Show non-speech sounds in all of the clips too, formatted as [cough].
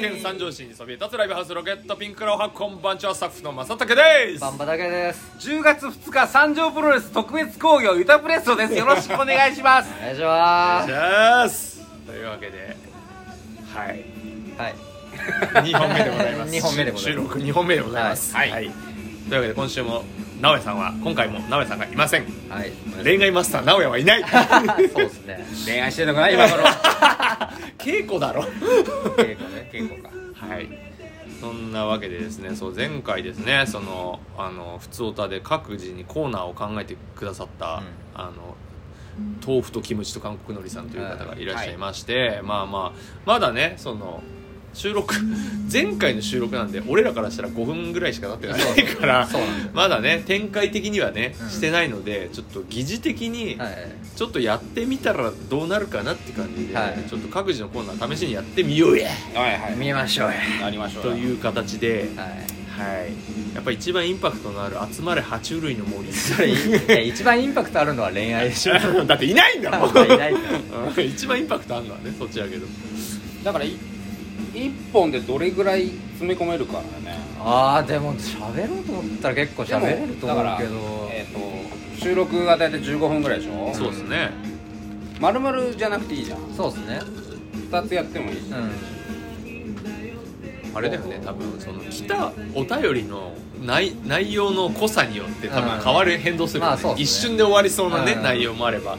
県三条市にそびえ立つライブハウスロケットピンクロハこんばんちはスタッフの正竹ですバンバだけです10月2日三条プロレス特別興行ユタプレストですよろしくお願いしますお願いしまじゃーすというわけではいすはい2本目でございます二本目でございます収録2本目でございますはいというわけで今週も直江さんは今回も直江さんがいませんはい [laughs] 恋愛マスター直江はい [laughs] ないそうですね恋愛してるのかな今頃稽古だろ稽古ね稽古かはいそんなわけでですねそう前回ですねそのあの普通歌で各自にコーナーを考えてくださった、うんあの豆腐とキムチと韓国のりさんという方がいらっしゃいまして、まあまあまだねその収録 [laughs] 前回の収録なんで俺らからしたら5分ぐらいしか経ってないからそうなんだよまだね展開的にはね、うんしてないのでちょっと疑似的にはいちょっとやってみたらどうなるかなって感じで、はいちょっと各自のコーナー試しにやってみようやはいは見ましょうよいありましょうという形で、はいはい、やっぱ一番インパクトのある「集まれ爬虫類の森」そ [laughs] れいや一番インパクトあるのは恋愛でしょだっていないんだもん [laughs] いないからうん一番インパクトあるのはねそっちやけどだからい一本でどれぐらい詰め込めるかだよねあーでも喋ろうと思ったら結構喋れると思うけどでもだからえーと収録が大体15分ぐらいでしょそうですね丸々じゃなくていいじゃんそうですね2つやってもいいしうあれだよね多分その来たお便りの内内容の濃さによって多分変わる変動するよねまあそうっすね一瞬で終わりそうなねうん内容もあればも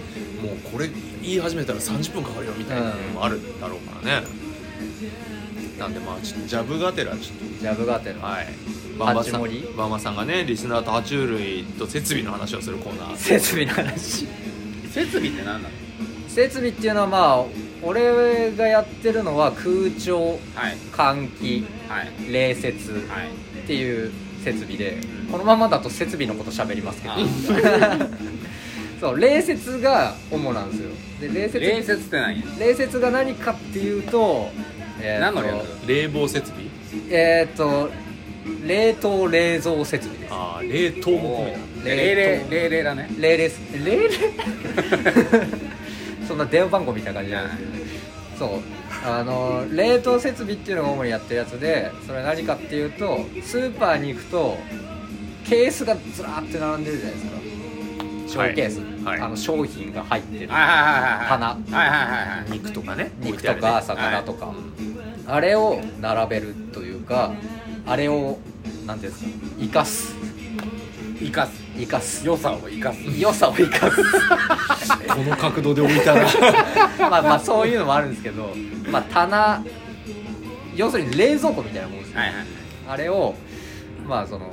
うこれ言い始めたら30分かかるよみたいなのもあるだろうからねなんでまあちょっとジャブがてらちょっとんジャブがてらはい。バンバさんハチモリバンバさんがねリスナーと爬虫類と設備の話をするコーナー設備の話設備って何なの設備っていうのはまあ俺がやってるのは空調はい換気はい冷設はいっていう設備でこのままだと設備のこと喋りますけどあ [laughs] そう冷設が主なんですよで冷設礼節って何冷設が何かっていうと,、え何のやつ冷房設備えー、と冷凍冷蔵設備ですああ冷凍も込めたー霊霊霊霊だね冷冷冷冷 [laughs] そんな電話番号みたいな感じじゃないですけどそうあの冷凍設備っていうのが主にやってるやつでそれは何かっていうとスーパーに行くとケースがずらーって並んでるじゃないですかショーケース、はいはいあの商品が入ってるはいはい花はいはいはいはいはいはい肉とかね置い肉てあとるねか魚とか、うんあれを並べるというかあれをなんていうんですか生かす生かす生かす良さを生かす良さを生かすこの角度で置いたらまあまあそういうのもあるんですけどまあ棚要するに冷蔵庫みたいなもんですよ、はいはいあれをまあその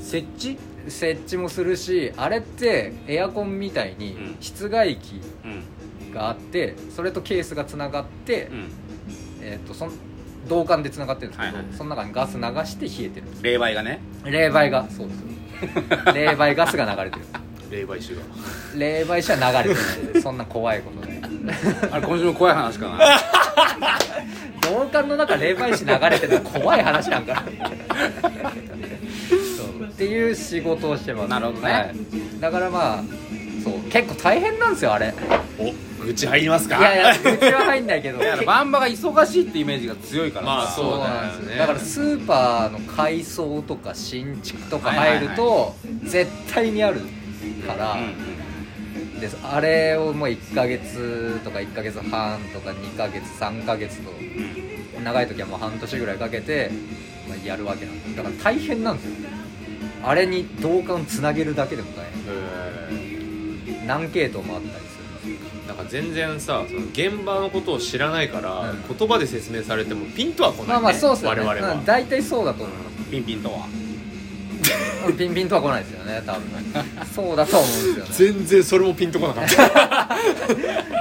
設置設置もするしあれってエアコンみたいにうん室外機うんがあってそれとケースがつながって、うんえー、とその導管でつながってるんですけど、はいはいその中にガス流して冷えてるんです霊媒がね冷媒がそうです [laughs] 冷媒ガスが流れてる [laughs] 冷媒酒が霊媒師は流れてないそんな怖いことね [laughs] あれ今週の怖い話かな同感の中霊媒師流れてるの怖い話なんかそうっていう仕事をしてますなるほどねいだからまあそう結構大変なんですよあれいお愚痴入りますかやいやうちは入んないけどだからバンバが忙しいってイメージが強いからまあそうそうなんですよねだからスーパーの改装とか新築とか入るはと絶対にあるから、うんですあれをもう1ヶ月とか1ヶ月半とか2ヶ月3ヶ月と長い時はもう半年ぐらいかけて、まあ、やるわけなんですだから大変なんですよあれに導管つなげるだけでも大へ変何系統もあったりするんですよーなんか全然さその現場のことを知らないから、うん言葉で説明されてもピンとは来ない、ねまあまあそうですよね我々は、うん大体そうだと [laughs] 思いまうんピンピンとはすピンピンとは来ないですよね多分そうだと思うんですよね全然それもピンとこなかった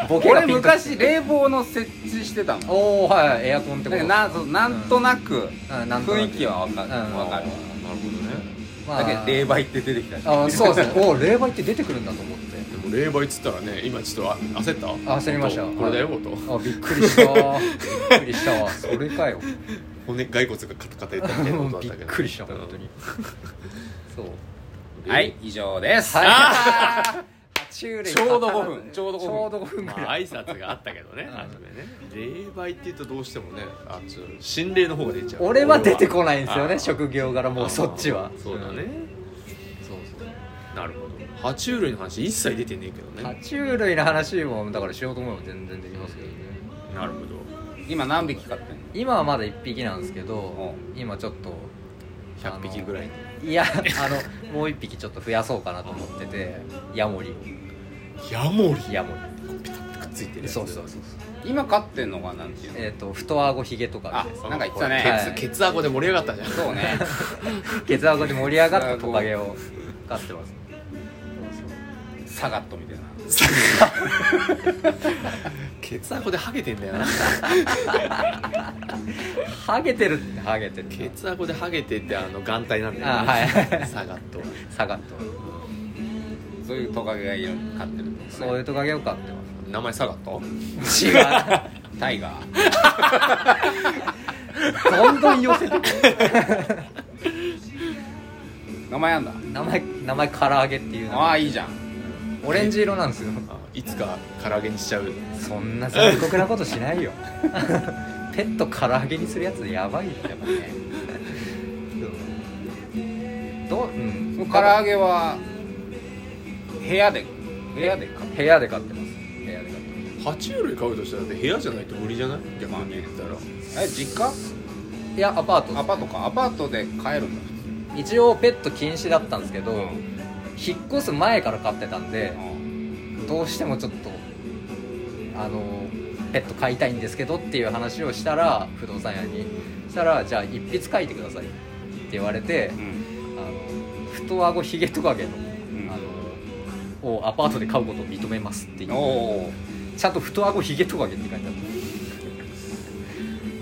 ボケが [laughs] 俺ピンと昔冷房の設置してたのおおはいはいエアコンってこだとからなそうなんとなくうんなんとな雰囲く気は分かるうん分かるなるほどねまだけど霊媒って出てきたしあそうですねおお霊媒って出てくるんだと思ってでも霊媒っつったらね今ちょっとあ焦った焦りました音これだよ音あびっくりしたびっくりしたわそれかよ骨骸骨がカタカタいったみたいな音だっ [laughs] びったけどくりした本当にそうはい以上ですはい中ちょうど5分ちょうど5分ちょうど5分ぐまらい、あ挨拶があったけどねうん初めね霊媒って言うとどうしてもねあちょっと心霊の方が出ちゃう俺は出てこないんですよあね職業柄もあうそっちはそうだね、そうそうなるほど爬虫類の話一切出てねえけど爬ね虫類の話もだからしようと思えば全然できますけどねなるほど今何匹飼ってんの今はまだ1匹なんですけど今ちょっと100匹ぐらいいやあのもう1匹ちょっと増やそうかなと思っててヤモリヤモリヤモピタッとくっついてるリやつそうそうそう今飼ってんのがなんていうのえっ、と太あごひげとかあですなんか言ってたねケツケツアゴで盛り上がったじゃんそ [laughs] うねケツアゴで盛り上がったトカゲを飼ってますサガットみたいなケツアゴでハゲてんだよなハゲてるってハゲてる [laughs] ケツアゴでハゲてってあの眼帯なんだよねあはいサガットはサガットそういうトカゲがいる飼ってるってことねそういうトカゲを飼ってま名前サガットす違うタイガーどんどん寄せてくる名前あんだ名前名前唐揚げっていう名前ああいいじゃんオレンジ色なんですよあいつか唐揚げにしちゃうそんな残酷なことしないよペット唐揚げにするやつやばいよやっぱねどううんその唐揚げは部屋で部屋で飼っ部屋で飼ってます部屋で飼ってま爬虫類飼うとしたらだって部屋じゃないと無理じゃない逆に言ったらえ実家すいやアパートアパートかアパートで飼えるんだ一応ペット禁止だったんですけど、うん引っ越す前から飼ってたんでう、んどうしてもちょっとあのペット飼いたいんですけどっていう話をしたら不動産屋にしたらじゃあ一筆書いてくださいって言われてあの太あごひげトカゲのうんあのをアパートで飼うことを認めますってうんいうおおちゃんと太あごひげトカゲって書いてあっ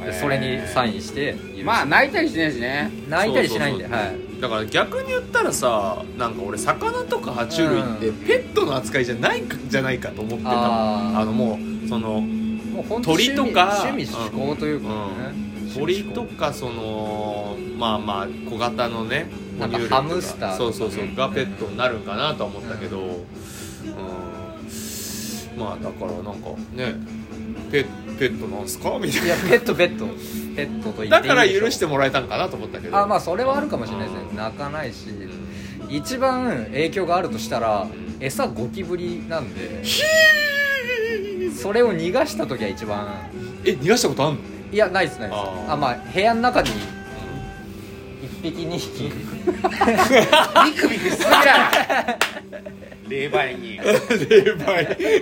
たでそれにサインしてまあ泣いたりしないしね泣いたりしないんでそうそうはそういだから逆に言ったらさなんか俺魚とか爬虫類うってペットの扱いじゃないかじゃないかと思ってたあーあのもうそのもう本当趣味鳥とか趣味嗜好というかね鳥とかそのまあまあ小型のねな哺ん乳類かとハムスターとかねそうそうそうがペットになるんかなとは思ったけど、ううんまあだからなんかねペペットなんすかみたいいなやペットペットペットと言っていいでしょだから許してもらえたんかなと思ったけどあまあそれはあるかもしれないですねうん泣かないしうん一番影響があるとしたらん餌ゴキブリなんでそれを逃がした時は一番え逃がしたことあんのいやないですないですあーあまあ部屋の中に1匹2匹ビクビクしすぎだ霊媒に [laughs] 霊媒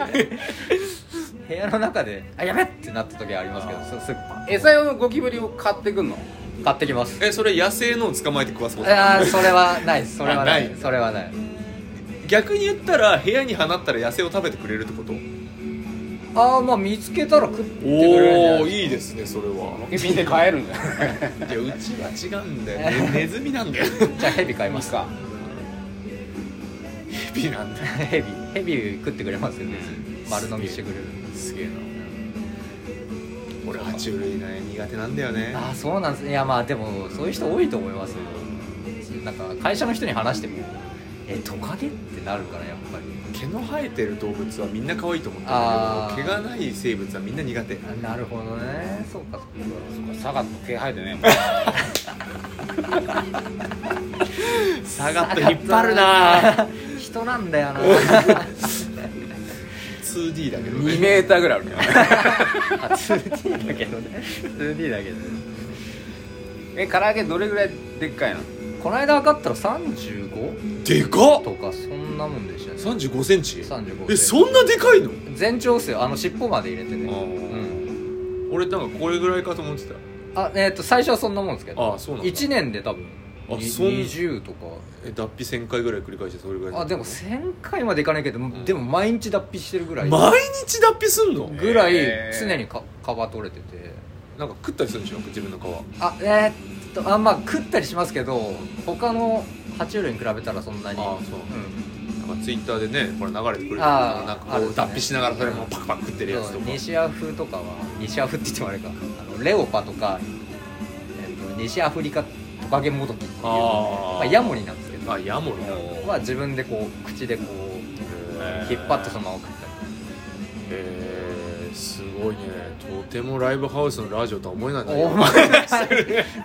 部屋の中で「あやべ!」ってなった時はありますけどあすすぐ餌用のゴキブリを買ってくんの買ってきます [laughs] えそれ野生のを捕まえて食わすこいとあやるーそれはないですそれはなあいないそれはない逆に言ったら部屋に放ったら野生を食べてくれるってことああまあ見つけたら食ってくれるんじゃないおおですかいいですねそれはゴキブリで飼えるんじゃない [laughs] いやうちは違うんだよ、 [laughs] ね、ネズミなんだよじゃあヘビ買いますかヘビなんだよ [laughs] ヘビヘビ食ってくれますよね丸飲みしてくれるすげえな俺爬虫類がね苦手なんだよねああそうなんですねいやまあでもそういう人多いと思いますよなんか会社の人に話しても「えトカゲ?」ってなるからやっぱり毛の生えてる動物はみんな可愛いと思ってるあーけど毛がない生物はみんな苦手なるほどねそうかそうかサガット毛生えてねもう下がって引っ張るな [laughs] 人なんだよ [laughs] な 2D だけど2ねメーターぐらいあるからあ 2D だけどね 2D だけどねえ唐揚げどれぐらいでっかいのこの間測ったら 35? でかっとかそんなもんでしたね3 5ンチ35えそんなでかいの全長っすよあの尻尾まで入れてねあーうん俺なんかこれぐらいかと思ってたあえっ、と最初はそんなもんですけどああそうなんだ1年で多分あにそん20とかえ脱皮1000回ぐらい繰り返してそれぐらいあでも1000回までいかないけど、んでも毎日脱皮してるぐらい毎日脱皮すんのぐらいへー常にか皮取れててなんか食ったりするんでしょ自分の皮あえーっとあまあ食ったりしますけど他の爬虫類に比べたらそんなにあーそうなんかツイッターでねこれ流れてくるけどあーなんかあこるねう脱皮しながらそれもパクパク食ってるやつそとうか西アフとかは西アフって言ってもあれかあのレオパとか、えーっと西アフリカトカゲモドキっていうあーまあ、ヤモリなんですけどあヤモリなは自分でこう口でこうへへー引っ張ってそのまま送ったりえー、すごいねとてもライブハウスのラジオとは思えないんだけど [laughs] お前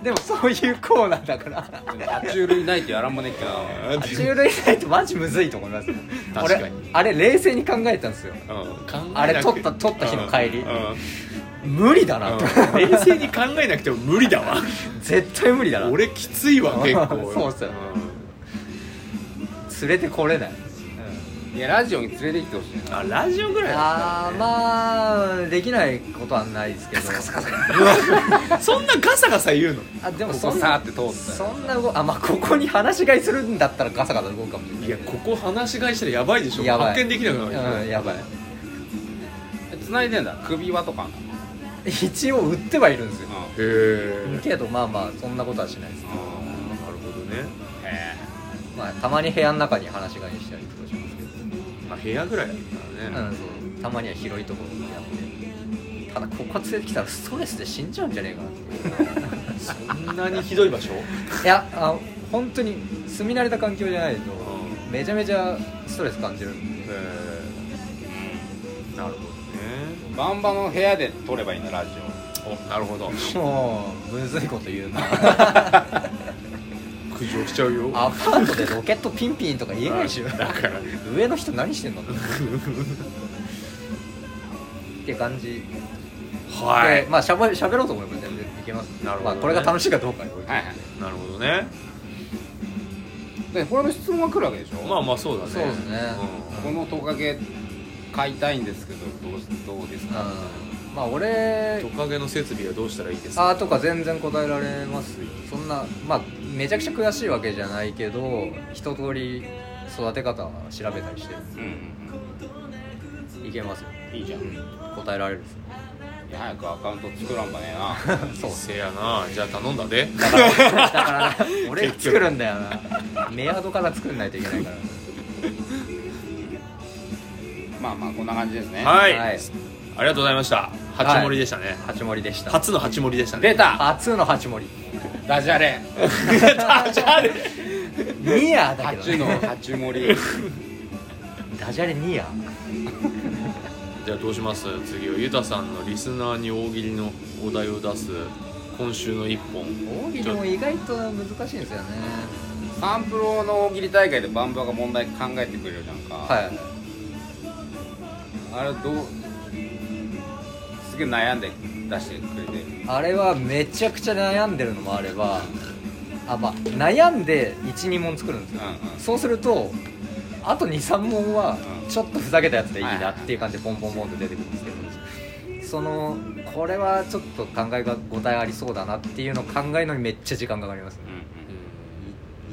でもそういうコーナーだから爬虫類ないとやらんもねっけなあ爬虫類ないとマジむずいと思いますよ確か俺にあれ冷静に考えたんですようんあれ撮った撮った日の帰りうんうん無理だなってうん冷静に考えなくても無理だ [laughs] わ絶対無理だな俺きついわ結構そうっすよね連れてこれないいやラジオに連れて行ってほしいうんなあラジオぐらいだあーまあできないことはないですけどったら [laughs] そんなガサガサ言うのあでもこそこんさーなって通ったそんな動あまあここに話し飼いするんだったらガサガサ動くかもしれないいやここ話し返したらやばいでしょやばい発見できなくなるようんやばい繋いでんだ首輪とか一応売ってはいるんですよへえなるけどまあまあそんなことはしないですほどねへえまあたまに部屋の中に話し飼いしたりとかしますけどまあ部屋ぐらいだったらねうんそうたまには広いところにやってただここ連れてきたらストレスで死んじゃうんじゃねえかなっていうそんなにひどい場所 [laughs] いやあ本当に住み慣れた環境じゃないとめちゃめちゃストレス感じるんでえーなるほバンバの部屋で撮ればいいんだラジどねおなるほどもうむずいこと言うな苦情しちゃうよアパートでロケットピンピンとか言えないで [laughs] しょだから上の人何してんのって感じはでいまあしゃべしゃべろうと思えば全然いけますなるほどねまあ、これが楽しいかどうかにオはいはいなるほどねでこれの質問が来るわけでしょまあまあそうだねそうですねこのトカゲ飼いたいんですけどどうどうですうんかまあうん俺トカゲの設備はどうしたらいいですかあーとか全然答えられますよそんなまあめちゃくちゃ悔しいわけじゃないけど一通り育て方は調べたりしてうんうんいけますようんいいじゃんい答えられるっす [laughs] や早くアカウント作らんばね [laughs] えなそうせやなじゃあ頼んだでだからだ [laughs] から俺が作るんだよなメアドから作んないといけないからまあまあこんな感じですねはい、はいありがとうございました八盛りでしたね、八森でした初の八盛りでしたね出た初の八森ダジャレダジャレニアだけど、八ね、の八 [laughs] 森ダジャレニアじゃあどうします次はゆたさんのリスナーに大喜利のお題を出す今週の一本大喜利も意外と難しいんですよねサンプルの大喜利大会でバンバが問題考えてくれるじゃんかはいあれどうすげえ悩んで出してくれてるあれはめちゃくちゃ悩んでるのもあればあ、まあ、悩んで12問作るんですうんようんそうするとあと23問はうんちょっとふざけたやつでいいなっていう感じでポンポンポンって出てくるんですけどそのこれはちょっと考えが答えありそうだなっていうのを考えるのにめっちゃ時間かかりますね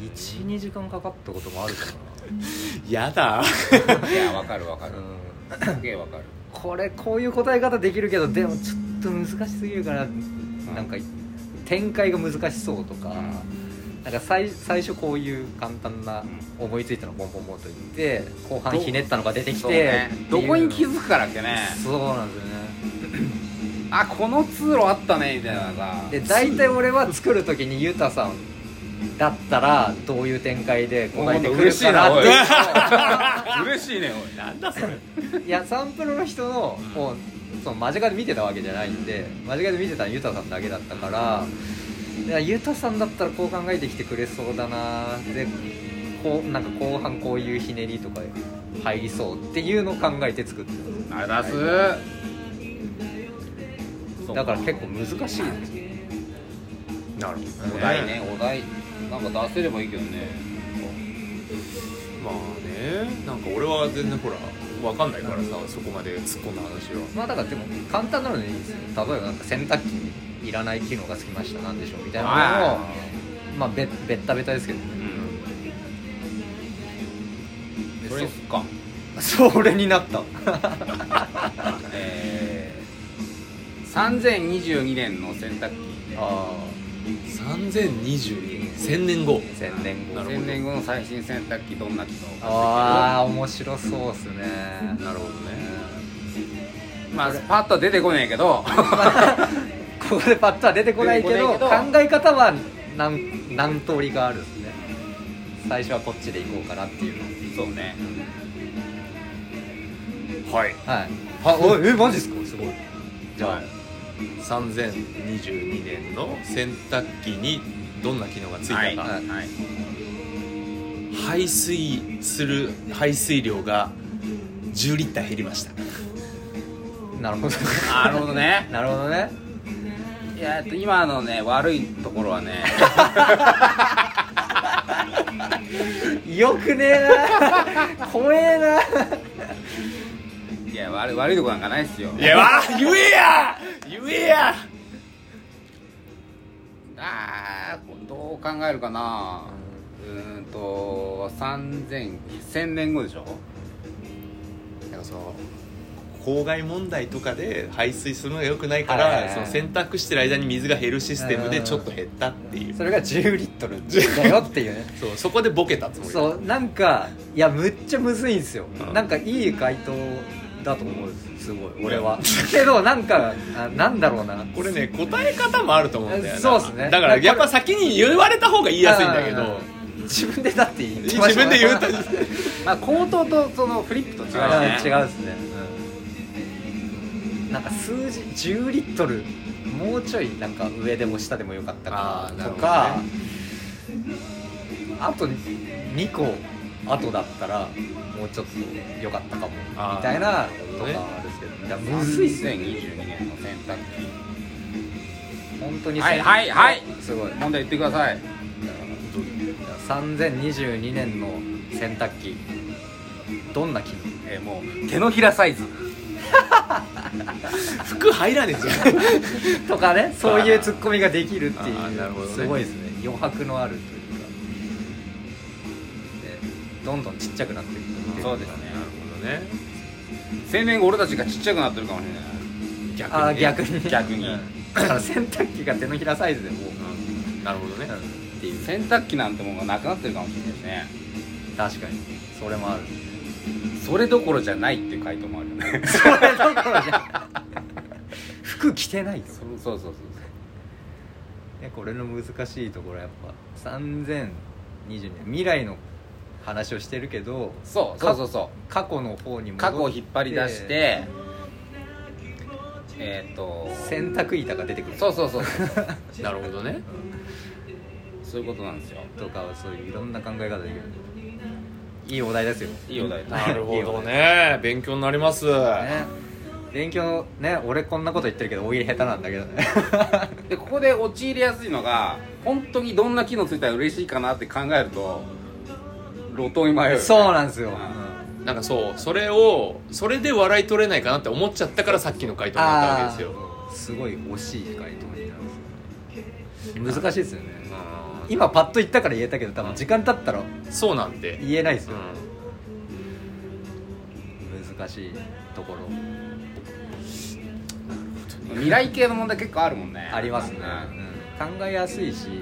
う12時間かかったこともあるかやだんうんいやわかるわかな、るうん、すげえわかるこれこういう答え方できるけどでもちょっと難しすぎるからなんか展開が難しそうとか、なんか最最初こういう簡単な思いついたのボンボンボンと言って後半ひねったのが出てきそうて、ねどこに気づくからっけねそうなんですよねあこの通路あったねみたいなさで大体俺は作る時にユタさんだったらどういう展開で答えてくるかな [laughs] っていう [laughs] 嬉しいねおいなんだそれいやサンプルの人のをその間近で見てたわけじゃないんで間近で見てたのはユタさんだけだったからいやユタさんだったらこう考えてきてくれそうだなでこうなんか後半こういうひねりとか入りそうっていうのを考えて作ってたあれ出す、だから結構難しいですなるほどお題ねお題なんか出せればいいけどねまあねなんか俺は全然ほらわかんないからさそこまで突っ込んだ話はまあだからでも簡単なのでいいですよ例えばなんか洗濯機にいらない機能がつきましたなんでしょうみたいなのをまあべべったべたですけどね [laughs] うんでそれっすかそれに [laughs] なったえー、3022年の洗濯機 [laughs] あ3022千年後あ千年後なるほど1000年後の最新洗濯機どんな機能ああ面白そうっすねなるほどねまあパッと出てこねえけ [laughs] どここでパッとは出てこないけ出てどこ考ないけどえ方は何何通りかあるんですね最初はこっちで行こうかなっていうのそうねはいはいあおいえマジっすかすごいじゃあ3022年の洗濯機にどんな機能がついたか、はいははいいはい排水する排水量が10リッター減りましたなるほどなるほどねなるほどねいやえっと今のね悪いところは [laughs] ねよくねえな怖えないや悪い悪いとこなんかないっすよいやわ言えや言えやあーどう考えるかなうーんと3000 1000年後でしょなんかその公害問題とかで排水するのが良くないから、はいはいはいその洗濯してる間に水が減るシステムでちょっと減ったっていう、それが10リットルだよっていうねそうそこでボケたつもりだそうなんかいやむっちゃむずいんですよ、うんなんかいい回答だと思うすごい俺はけどなんかあなんだろうなこれね答え方もあると思うんだよなそうっすねだからやっぱ先に言われた方が言いやすいんだけどうん自分でだって言ってま自した分ねで言うとまあ口頭とそのフリップと違うしねあー違うですね、うんなんか数字10リットルもうちょいなんか上でも下でもよかったあかーななるほとどねかあと2個後だったらもうちょっとよかったかもみあーたいなとほどねかあるんですけど、いやむずいっすね2022年の洗濯機本当にはいはいはいすごい問題言ってください3022年の洗濯機どんな機能 [laughs] えーもう手のひらサイズ服入らねえじゃんとかねそういうツッコミができるっていあーなるほどうねすごいですね余白のあるというかでどんどんちっちゃくなっていくそうですねなるほどね青年後俺たちがちっちゃくなってるかもしれな逆ああね逆に逆 [laughs] にうんだから洗濯機が手のひらサイズでもううんなるほどねうんっていうい洗濯機なんてものがなくなってるかもしれないですね確かにそれもある [laughs] それどころじゃないっていう回答もある [laughs] よねそれどころじゃ服着てないとそうそうそうそうねこれの難しいところはやっぱ3020年未来の話をしてるけどそうそうそうそう過去の方に戻過去を引っ張り出してえーっと洗濯板が出てくるそうそう [laughs] そうそうなるほどねそういうことなんですよとかはそういういろんな考え方できるいいお題ですよ、ね、いいお題なるほどね勉強になります勉強ね俺こんなこと言ってるけど大喜利下手なんだけどねでここで陥りやすいのが本当にどんな機能ついたら嬉しいかなって考えると路頭に [laughs] 迷うよねそうなんですよ、うんなんかそうそれをそれで笑い取れないかなって思っちゃったからさっきの回答になったわけですよあーすごい惜しい回答になるんですよ難しいですよねうん今パッと言ったから言えたけど多分時間経ったらそうなんで言えないですうよ、ん難しいところ未来系の問題結構あるもんねありますね、ううん考えやすいし、ん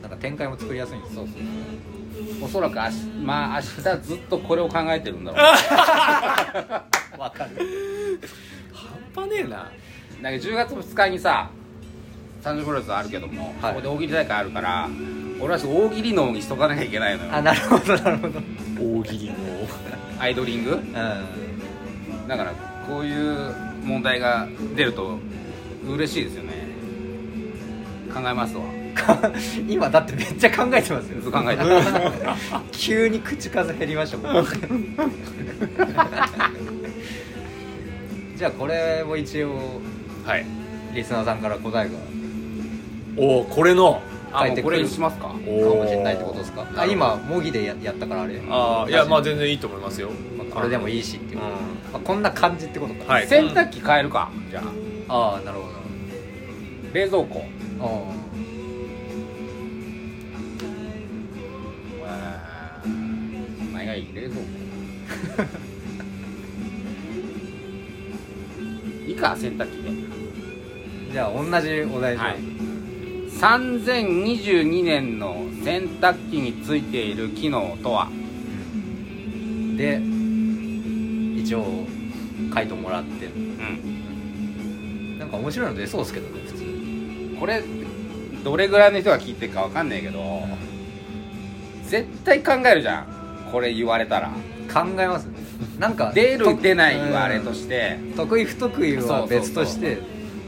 なんか展開も作りやすいんですそようそうそうおそらく明日まあ明日ずっとこれを考えてるんだろうねわかる半端ねえななんか10月2日にさ誕生日プロレスあるけども、はいここで大喜利大会あるから俺は大喜利脳にしとかなきゃいけないのあよなるほどなるほど大喜利のアイドリングうんだからこういう問題が出ると嬉しいですよね考えますわか [laughs] 今だってめっちゃ考えてますずよっと考えてる [laughs] 急に口数減りましたもん [laughs] じゃあこれも一応はいリスナーさんから答えがおおこれのあ帰もっうてこくれるにしますかかもしれないってことですかああ今今模擬でややったからあれ、まああいやまあ全然いいと思いますよあこれでもいいいしっていう、まうあ、こんな感じってことか、んはい洗濯機変えるかじゃあああなるほ冷蔵庫どあ何がいい冷蔵庫 [laughs] いいか洗濯機であじゃあ同じお題で、はい3022年の洗濯機についている機能とはで一応回答もらってうんなんか面白いの出そうですけどね普通にこれどれぐらいの人が聞いてるかわかんないけど絶対考えるじゃんこれ言われたら考えますねなんか出とる出ないうんはあれとして得意不得意は別として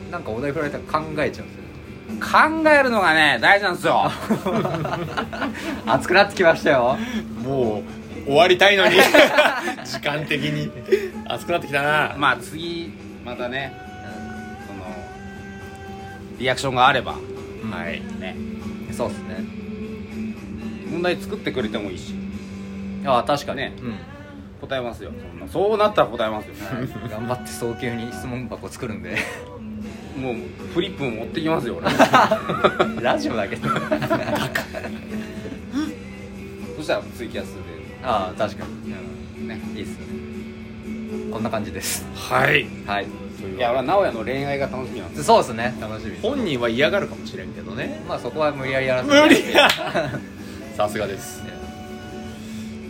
そなんかお題振られたら考えちゃうんですよ [laughs] 考えるのがね大事なんですよ熱くなってきましたよもう終わりたいのに時間的に熱くなってきたなまあ次またねそのリアクションがあればはいねそうっすね問題作ってくれてもいいしああ確かに、ねう答えますよそんなそうなったら答え [laughs] ますよん、頑張って早急に質問箱作るんでもうフリップ持ってきますよ俺 [laughs] ラジオだけどそしたらツイキャスで [laughs] ああ確かにねいいっすねこんな感じですはいはいいや俺は直哉の恋愛が楽しみなんですそうっすね楽しみ本人は嫌がるかもしれんけどねまあそこは無理やりやらせ無て理や [laughs] さすがです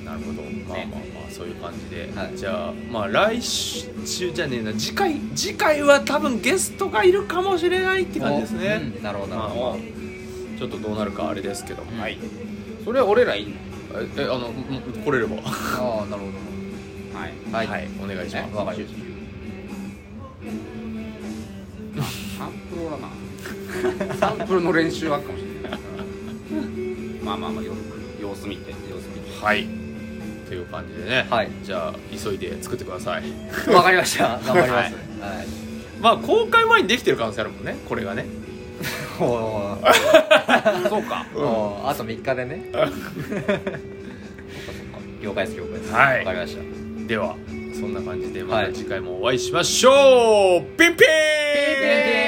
なるほどまあまあまあそういう感じで、はいじゃあまあ来週じゃねえな次回次回は多分ゲストがいるかもしれないって感じですね、うんなるほどなまあるほまあちょっとどうなるかあれですけども、うんはいそれは俺らいいええあのもう来れればはどああなるほのはいどはい、いお願いしますねわかりましサンプルだな [laughs] サンプルの練習はあるかもしれないまあまあまあよ様子見て様子見てはいという感じでね、はいじゃあ急いで作ってくださいわかりました頑張りますはい、まあ公開前にできてる可能性あるもんねこれがねおー [laughs] そうかもうあと3日 [laughs] でね [laughs] 了解です了解ですはいわかりましたではそんな感じでまはたい次回もお会いしましょう、ピンピン